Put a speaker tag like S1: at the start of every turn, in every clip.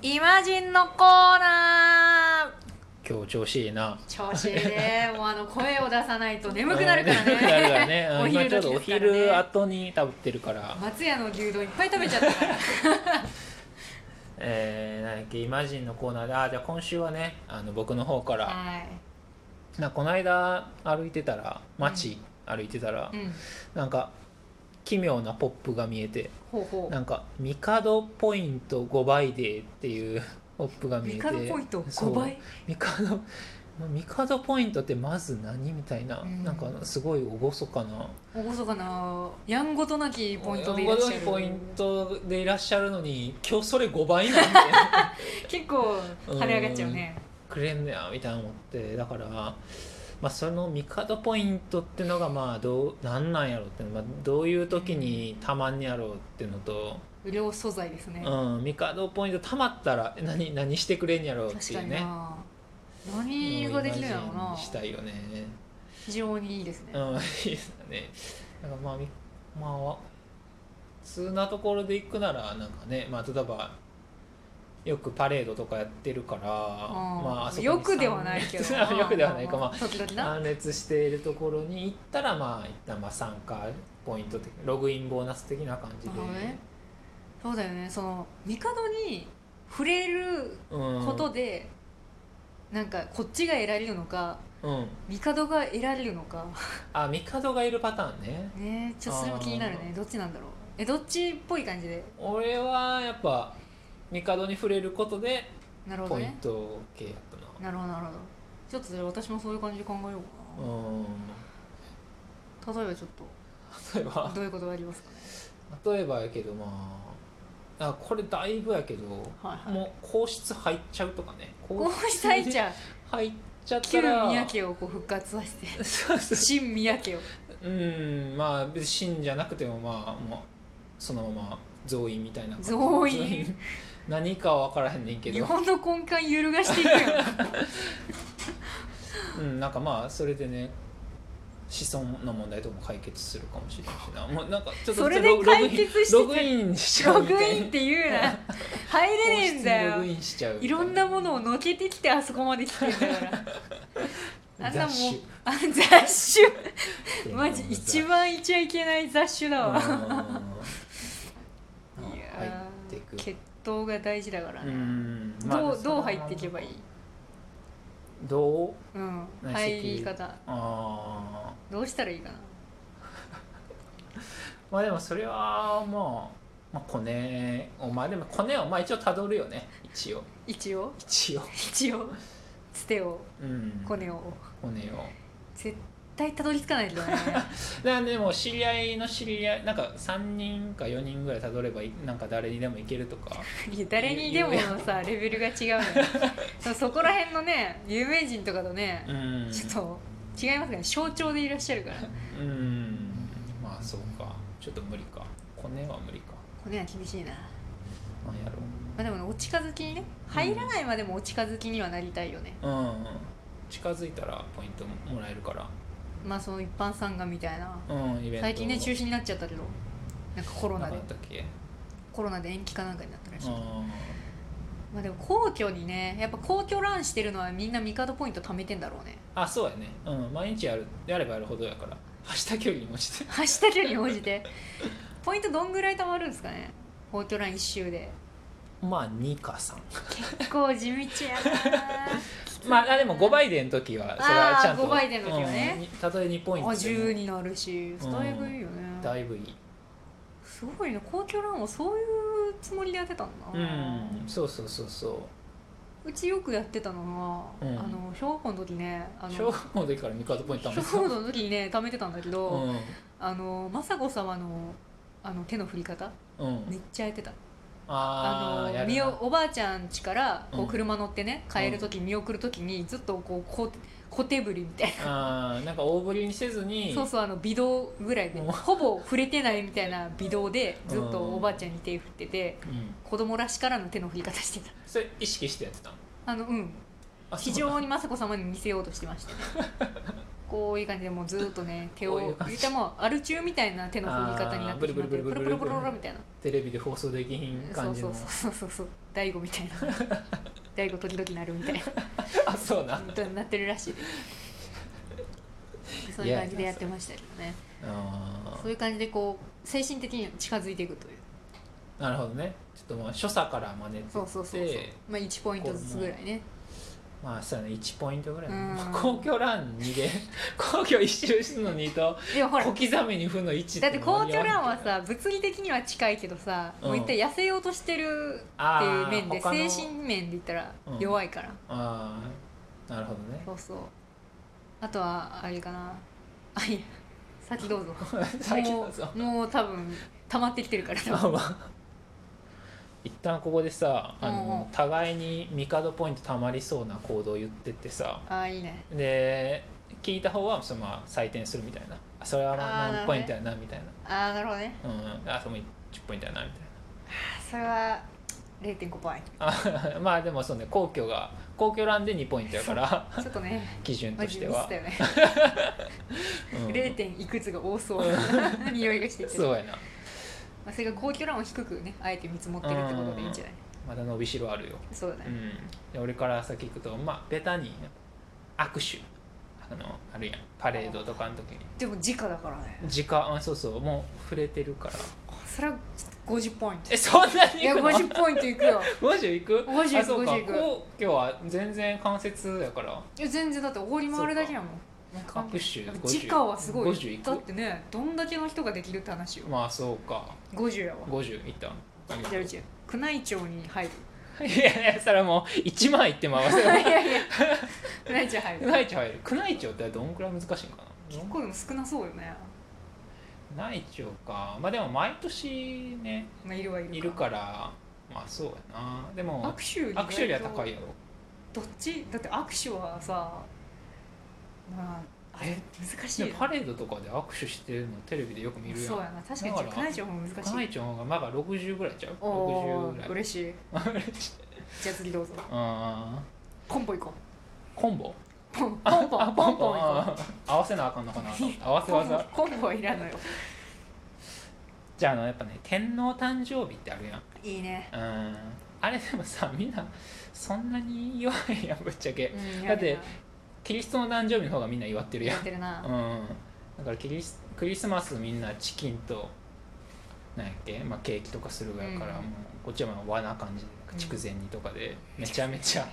S1: イマジンのコーナー
S2: 今日調子いいな
S1: 調子いいねもうあの声を出さないと眠くなるからね
S2: 眠くなるからねうん 今ちょうどお
S1: 時ですからね
S2: 昼後に食べてるから
S1: 松屋の牛丼いっぱい食べちゃったから
S2: えー、なんだっけイマジンのコーナーであーじゃあ今週はねあの僕の方から
S1: はい
S2: なんかこの間歩いてたら街歩いてたら、
S1: うん
S2: なんか奇妙なポップが見えて
S1: ほうほう
S2: なんか「ミカドポイント5倍デー」っていう ポップが見えて
S1: ミカドポイント
S2: そう
S1: 5倍
S2: ミカドミカドポイントってまず何みたいな、
S1: うん
S2: なんかすごい厳かな
S1: 厳かなやんごとなきポイントでいらっ
S2: ご
S1: しゃ
S2: 存知
S1: る
S2: ポイントでいらっしゃるのに今日それ5倍なんて
S1: 結構跳ね上がっちゃうね
S2: くれんねやみたいな思ってだから、まあ、そのミカドポイントってのがまあどうなんなんやろうって、まあ、どういう時にたまんやろうっていうのと、
S1: 無料素材ですね
S2: うん、ミカドポイントたまったらえ何何してくれんやろうっ
S1: 確
S2: てい
S1: か
S2: う
S1: に
S2: ね。
S1: な何ができるんやろう
S2: もうイマジン
S1: な
S2: にしたいよね。
S1: 非常にいいですね
S2: うん、いいですね。なんかまあ、みまあ、普通なところで行くなら、なんかね、まあ、例えば。よくパレードとかやってるから、まあ、あそこに
S1: よくではないけど
S2: よくではないか、 まあ。
S1: 時々な
S2: 参列しているところに行ったら、まあ、一旦まあ参加ポイント的、ログインボーナス的な感じで
S1: な。るほどねそうだよねその帝に触れる
S2: うん、
S1: ことで、なんかこっちが得られるのか
S2: うん、
S1: 帝が得られるのか
S2: あ、帝がいるパターンね。
S1: ねちょっとそれも気になるねどっちなんだろうえどっちっぽい感じで
S2: 俺はやっぱ帝に触れることで
S1: なるほど
S2: ポイン
S1: ね
S2: ト契約な、
S1: なるほどなるほどちょっとそれ私もそういう感じで考えよう
S2: うん
S1: かな例えばちょっ
S2: 例えば
S1: とどういうことがありますかね
S2: 例えばやけどまああこれだいぶやけど、
S1: はいはい
S2: もう皇室入っちゃうとかね
S1: こうしたいじ
S2: ゃ
S1: ゃん
S2: 入っちゃった
S1: 旧
S2: ら
S1: 宮家をこう復活させて
S2: そうそ う
S1: 新宮家を
S2: うんまあ別に信じゃなくてもまあもうそのまま増員みたいな感じ
S1: 増員
S2: 何かは分からへんねんけ
S1: 日
S2: ど、
S1: 本の根幹揺るが していくよ
S2: うん、なんかまあそれでね子孫の問題とかも解決するかもしれないしなもうなんかちょっと
S1: それで解決して
S2: ログインログインしちゃ
S1: ロ
S2: うみ
S1: グ
S2: たい
S1: イ
S2: な
S1: ンって言うな入れねえんだ
S2: 皇室にロ
S1: よ
S2: グインしちゃうみた
S1: いろんなものをのけてきてあそこまで来てんだ からあんなもん
S2: 雑種
S1: あ雑種マジ一番いちゃいけない雑種だわ
S2: うん
S1: い
S2: 入
S1: や
S2: って
S1: ー
S2: いく
S1: 血統が大事だから
S2: う
S1: ね
S2: んまあ
S1: どうどう入っていけばいい
S2: どう
S1: うん
S2: 内
S1: 入
S2: 籍
S1: り方
S2: ああ
S1: どうしたらいいかな
S2: まあでもそれはもう、まあ、コネをまあでもコネをまあ一応たどるよね一応
S1: 一応
S2: 一応
S1: 一応つてを
S2: うん
S1: コネを
S2: コネを
S1: 絶対たどり着かないけ どね
S2: なんでもう知り合いの知り合いなんか3人か4人ぐらいたどればいなんか誰にでもいけるとか
S1: いや誰にでものさレベルが違うの よそうそこら辺のね有名人とかとね
S2: うん
S1: ちょっと違いますね象徴でいらっしゃるから
S2: うんまあそうかちょっと無理かコネは無理か
S1: これは厳しいな、ま
S2: なんやろう
S1: あ、でもねお近づきにね入らないまでもお近づきにはなりたいよね、
S2: うん近づいたらポイントもらえるから、
S1: まあその一般参賀みたいな
S2: うん、イベント
S1: 最近ね中
S2: 止
S1: 止になっちゃったけどなんかコロナ
S2: なか
S1: で
S2: ったっけ
S1: コロナで延期かなんかになったらしい、
S2: あ
S1: まあでも皇居にねやっぱ皇居ランしてるのはみんなミカドポイント貯めてんだろうね
S2: あそうやね、うん、毎日やるやればやるほどやから走った距離に落ちて
S1: 走った距離に応じてポイントどんぐらい貯まるんですかね皇居ラン一周で
S2: まあ2か3
S1: 結構地道や
S2: まああでも5倍での時はそれはちゃんと
S1: あー5倍デーの時はね
S2: うんにたとえ2ポイン
S1: な
S2: ト
S1: あ
S2: でも
S1: 10になるしだいぶいいよね、
S2: だいぶいい
S1: すごいね皇居ランをそういうつもりでやってたんだ
S2: う
S1: な、
S2: んそうそうそうそう
S1: ちよくやってたのは、
S2: うん
S1: あの小学校の時ねあ
S2: う
S1: の
S2: 小学校の時から味方ポイントあん
S1: 小
S2: ま
S1: 学校の時にね貯めてたんだけど、
S2: う
S1: あの雅子様のあの手の振り方
S2: ん、う
S1: めっ
S2: ん、
S1: ちゃやってた
S2: あ
S1: あ
S2: ー
S1: の
S2: やる
S1: 見
S2: な
S1: よおばあちゃん家からこう
S2: う
S1: ん車乗ってね、帰る時見送る時にずっとこうこ小手振りみたい
S2: あーなんか大振りにせず
S1: な
S2: に
S1: そうそうあの微動ぐらいで
S2: うん
S1: ほぼ触れてないみたいな微動でずっと
S2: うん
S1: おばあちゃんに手振ってて
S2: うん、
S1: 子供らしからの手の振り方してた
S2: それ意識してやってたの
S1: あのうん
S2: あ
S1: 非
S2: そう
S1: 常に雅子様に似せようとしてましたねこういう感じでもうずっとね手を
S2: こうい
S1: 言
S2: う感じ
S1: ったらもうアル中みたいな手の振り方になってしまって
S2: あーブル
S1: プ
S2: ブル
S1: ル
S2: ブル
S1: プ
S2: ブ
S1: ルプ
S2: ルブル
S1: ルプルみたいな
S2: テレビで放送できひん
S1: そ
S2: 感
S1: う
S2: じ
S1: そ
S2: の
S1: うそうそうそう大悟みたいな大悟時々なるみたいな
S2: あそうな
S1: ことになってるらしいですそういう感じでやってましたけどね
S2: あ
S1: そういう感じでこう精神的に近づいていくという
S2: ーなるほどねちょっとまあ所作から真似って
S1: そうそうそうそう
S2: で
S1: まあ1ポイントずつぐらいね
S2: まあそうやね1ポイントぐらい、
S1: うん
S2: まあ皇居ラン2で 皇居一周するの2と
S1: でもほら
S2: 小刻みに負の1
S1: だって皇居ラン
S2: は
S1: はさ物理的には近いけどさ、もう一体痩せようとしてるっていう
S2: あー
S1: 面で
S2: 他の
S1: 精神面で言ったら
S2: うん
S1: 弱いから、
S2: ああなるほどね
S1: そうそうあとはあれかなあいや先どうぞ
S2: 最近だぞ
S1: もうもう多分溜まってきてるから
S2: まあまあ一旦ここでさあ
S1: うんう
S2: の、
S1: ん
S2: 互いに帝ポイントたまりそうな行動を言ってってさ
S1: ああいいね
S2: で聞いた方はそのまあ採点するみたいなあそれはま
S1: あー
S2: あ何ポイントやなみたい
S1: ああなるほどね
S2: な、うん、あそれも10ポイントやなみたい
S1: それは0.5ポイン
S2: な あまあでもそうね皇居が皇居欄で2ポイントやから
S1: トちょっとね
S2: 基準
S1: マ
S2: と
S1: ジ
S2: し
S1: で
S2: て
S1: ミス
S2: は
S1: っ、たよね
S2: うん
S1: 0. 点いくつが多そう 匂いがしてて
S2: そうやな
S1: まあ、それが皇居ランを低くねあえて見積もってるってことでいいんじゃない
S2: まだ伸びしろあるよ、
S1: そうだ
S2: う
S1: ね、
S2: ん、で俺から先行くとまあベタに握手あのあるやんパレードとかの時に
S1: でも直だからね
S2: 時間あそうそうもう触れてるから
S1: それは50ポイント
S2: えそんなに
S1: いや
S2: 行くの
S1: 50ポイントいくよ
S2: 50いく
S1: 50いく
S2: あそうか
S1: 50いく
S2: 皇居は全然関節やから
S1: いや全然だっておごり回るだけやもん
S2: 握手50
S1: 直はすごい
S2: 50い
S1: だっ
S2: く
S1: てねどんだけの人ができるって話よ
S2: まあそうか
S1: 50やわ
S2: 50いった
S1: じゃあうち宮内庁に入る
S2: いやいやそれはもう1万いって回
S1: い
S2: せ
S1: や
S2: ない
S1: やいや宮内庁入
S2: 宮
S1: る
S2: 内庁入る宮内庁ってどんくらい難しいんかな
S1: こういうの少なそうよね
S2: 宮内庁かまあでも毎年ね
S1: まあいるはいる
S2: いるからまあそうやなでも
S1: 握手より意外
S2: 握
S1: と
S2: 手よりは高いやろ
S1: どっちだって握手はさまああれ難しい
S2: で
S1: よ
S2: もパレードとかで握手してるのテレビでよく見るやん
S1: そうやな確かに
S2: だから
S1: 宮内庁も難しい
S2: 宮内庁の方がまだ60ぐらいちゃう
S1: おお
S2: 60ぐらい
S1: 嬉しい じゃあ次どうぞ
S2: あ
S1: コンボ行こ
S2: コンボ
S1: うポンポンポンポンポン行こ
S2: あ合わせなあかんのかな合わ
S1: う
S2: せ
S1: コンボ
S2: 技
S1: コンボはいらんのよ
S2: じゃああのやっぱね天皇誕生日ってあるやん
S1: いいね
S2: うんあれでもさみんなそんなに祝いやんぶっちゃけ
S1: うん
S2: だってキリストの誕生日の方がみんな祝ってるや
S1: や
S2: ん
S1: ってるな
S2: うんだからキリスクリスマスみんなチキンとなんやっけ、まあ、ケーキとかするやから、
S1: うん
S2: もうこっちはまあ和な感じ
S1: うん
S2: で筑前煮とかでめちゃめちゃ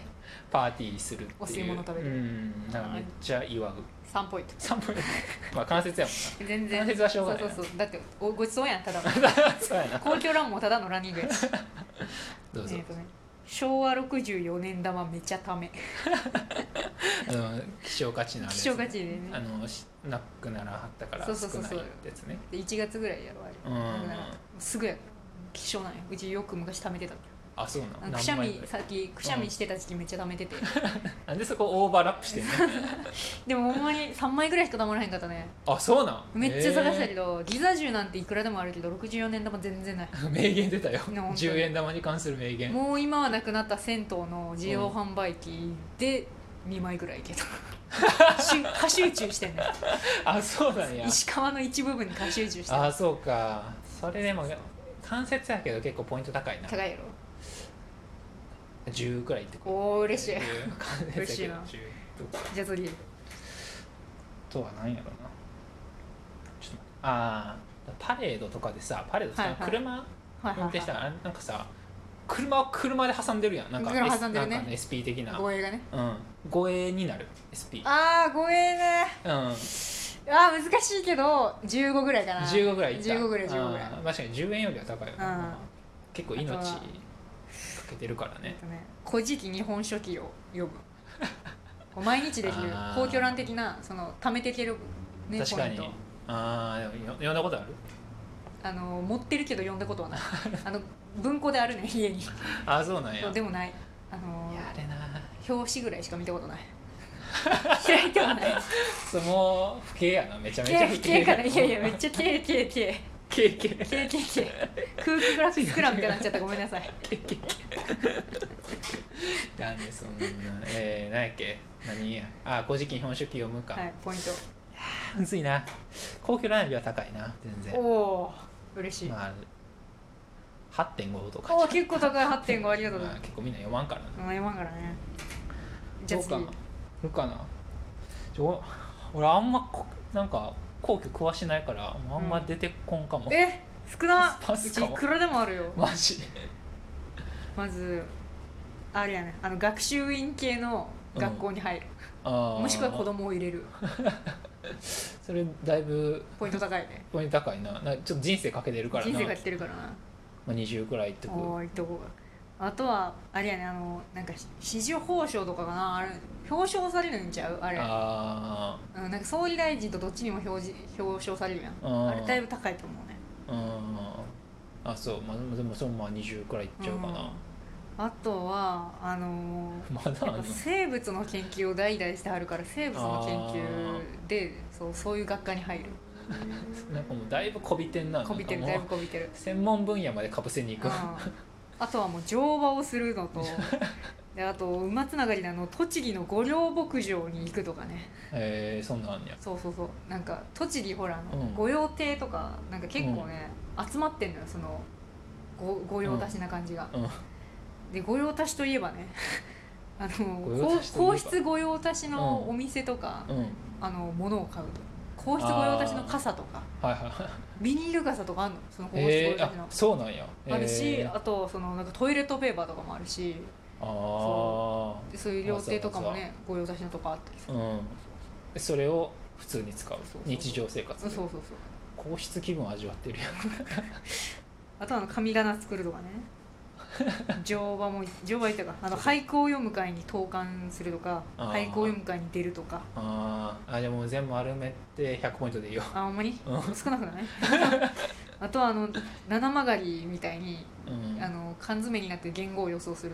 S2: パーティーするっていう
S1: お吸い物食べる
S2: うんなんかめっちゃ祝う
S1: 3ポイント
S2: 寒いまあ関節や もん
S1: 全
S2: な
S1: 然
S2: 関節はしょうがない
S1: そうそうそうだっておごちそうやんただの
S2: なそうやな
S1: 公共ランもただのランニングやし
S2: どうぞ
S1: え、っとね昭和64年玉めちゃため
S2: あの希少価値のあれ
S1: 希
S2: です
S1: 少価値でね
S2: あのしなくならはったから
S1: そ
S2: 少
S1: うそうそう
S2: な
S1: そう
S2: いですね
S1: で1月ぐらいやろあれ
S2: うん
S1: なくなかったすぐや希少なんようちよく昔貯めてた
S2: あそうな
S1: あ
S2: の
S1: のくしゃ
S2: 何枚
S1: み
S2: ぐらい
S1: さっきくしゃみしてた時期めっちゃ貯めてて
S2: なんでそこオーバーラップして んの
S1: でもほんまに3枚ぐらいしかたまらへんかったね
S2: あそうなん
S1: めっちゃ探した
S2: え
S1: けど、ギザ銃なんていくらでもあるけど64年玉全然ない
S2: ー名言出たよ
S1: な本当に
S2: 10円玉に関する名言
S1: もう今はなくなった銭湯の自動販売機で2枚ぐらいいけた 集過集中してんね
S2: あそうなんや
S1: 石川の一部分に過集中してる
S2: あそうかそれでも関節やけど結構ポイント高いな
S1: 高いやろ
S2: 10くらいってこ
S1: おお
S2: と
S1: 嬉しい
S2: 関節やけど
S1: 嬉しいな
S2: 10とか
S1: じゃあ次
S2: とは何やろうなちょっと待ってああパレードとかでさパレードさ、
S1: はいはい
S2: 車
S1: はい
S2: 運
S1: はい、
S2: 転した
S1: は
S2: らなんかさ車を車で挟んでるやんなんか,、
S1: 車挟んでるね
S2: なんか SP 的
S1: い、
S2: な、
S1: 護衛がね
S2: うん、護衛になる SP、
S1: ああ護衛ね
S2: うん、
S1: あー難しいけど15ぐらいかな
S2: 15ぐらいいった
S1: 15ぐらい15ぐらい
S2: うん確かに10円よりは高いよな、
S1: うん
S2: 結構命
S1: あと
S2: か
S1: は
S2: けてるから
S1: えっ
S2: ね
S1: とね「古事記日本書紀」を 読むこう毎日できる
S2: あー
S1: 公共欄的なその貯めていける、ね、
S2: 確か
S1: ポイ
S2: に
S1: ント
S2: ああでもよ読んだことある
S1: あの持ってるけど読んだこと はないあの文庫であるね家に
S2: ああそうなんや
S1: そうでもないあの
S2: やれな
S1: 表紙ぐらいしか見たこと ない開いてはない
S2: そもう不敬やなめちゃめちゃ
S1: 経経かないいやいやめっちゃ経経経
S2: 経験
S1: 経経経空気グラフィックランみ たいになっちゃったごめんなさい
S2: なんでそんなえー、何やっけ何やあ「古事記日本酒記」読むか、
S1: はいポイン
S2: むずいな高級ラーメンよりは高いな全
S1: ト
S2: 然
S1: おお嬉しい、
S2: まあ8.5とか
S1: おお結構高い8.5ありがとうござい
S2: ま
S1: ま
S2: あ
S1: す
S2: 結構みんな読まんからな
S1: 悩まんからねじゃあ次
S2: どうかなどうかなちょ俺あんまこなんか皇居詳しないからあんま出てこんかも、
S1: え少な
S2: パ
S1: う
S2: ス
S1: ち
S2: かも
S1: いくらでもあるよ
S2: マジ
S1: まずあれやねあの学習院系の学校に入る、
S2: あー
S1: もしくは子供を入れる
S2: それだいぶ
S1: ポイント高いね
S2: ポイント高いななちょっと人生かけてるからな
S1: 人生が来てるからな
S2: まあ、20くらいいってく
S1: おーいとこがあとはあれやねあのなんか紫綬褒章とかかなあれ表彰されるんちゃうあれ
S2: あ
S1: うん、なんか総理大臣とどっちにも表示表彰されるやん
S2: うん
S1: あれだいぶ高いと思うね
S2: ーうんあそうまあでもそのまま20くらいいっちゃうかな、
S1: あとはあのー
S2: まだ
S1: や
S2: あ
S1: っ
S2: ん
S1: ぱ
S2: の
S1: 生物の研究を代々してはるから生物の研究でそうそういう学科に入る
S2: なんかもうだいぶこびてんな
S1: こびてる
S2: なん
S1: だい
S2: か
S1: ぶ
S2: もう
S1: こびてる
S2: 専門分野までかぶせに行
S1: う
S2: く
S1: んあとはもう乗馬をするのと であと馬つながりであの栃木の御料牧場に行くとかね
S2: えー、そんなんあんねや
S1: そうそうそうなんか栃木ほらあの、
S2: うん
S1: 御用邸とかなんか結構ね、集まってんのよそのご御用達な感じが、
S2: うん
S1: で御用達といえばね あの
S2: 御用達といえば
S1: 皇皇室御用達のお店とか、
S2: うんはい
S1: あの物を買うと皇室御用達の傘とか
S2: はいはい
S1: ビニール傘とかあるのその皇室御
S2: え
S1: 用
S2: ー、あ
S1: 達の、
S2: そうなんや、えー、
S1: あるし、あとそのなんかトイレットペーパーとかもあるし
S2: あ
S1: そでそういう料亭とかも
S2: わざわ
S1: ね御用達のとかあったりす
S2: あ
S1: る、
S2: うんそれを普通に使う
S1: そうそう
S2: 日常生活
S1: そう
S2: で
S1: そうそう
S2: 皇室気分味わってるやん
S1: あとあの神棚作る とかね乗馬も乗馬行ったかあの俳句を読む会に投函するとか
S2: あ
S1: 俳
S2: ー
S1: 句を読む会に出るとか
S2: あーあでも全部丸めて100ポイントでいいよ
S1: あほんまに
S2: うん
S1: 少な くないあとはあの七曲りみたいに
S2: うん
S1: あの缶詰になって言語を予想すると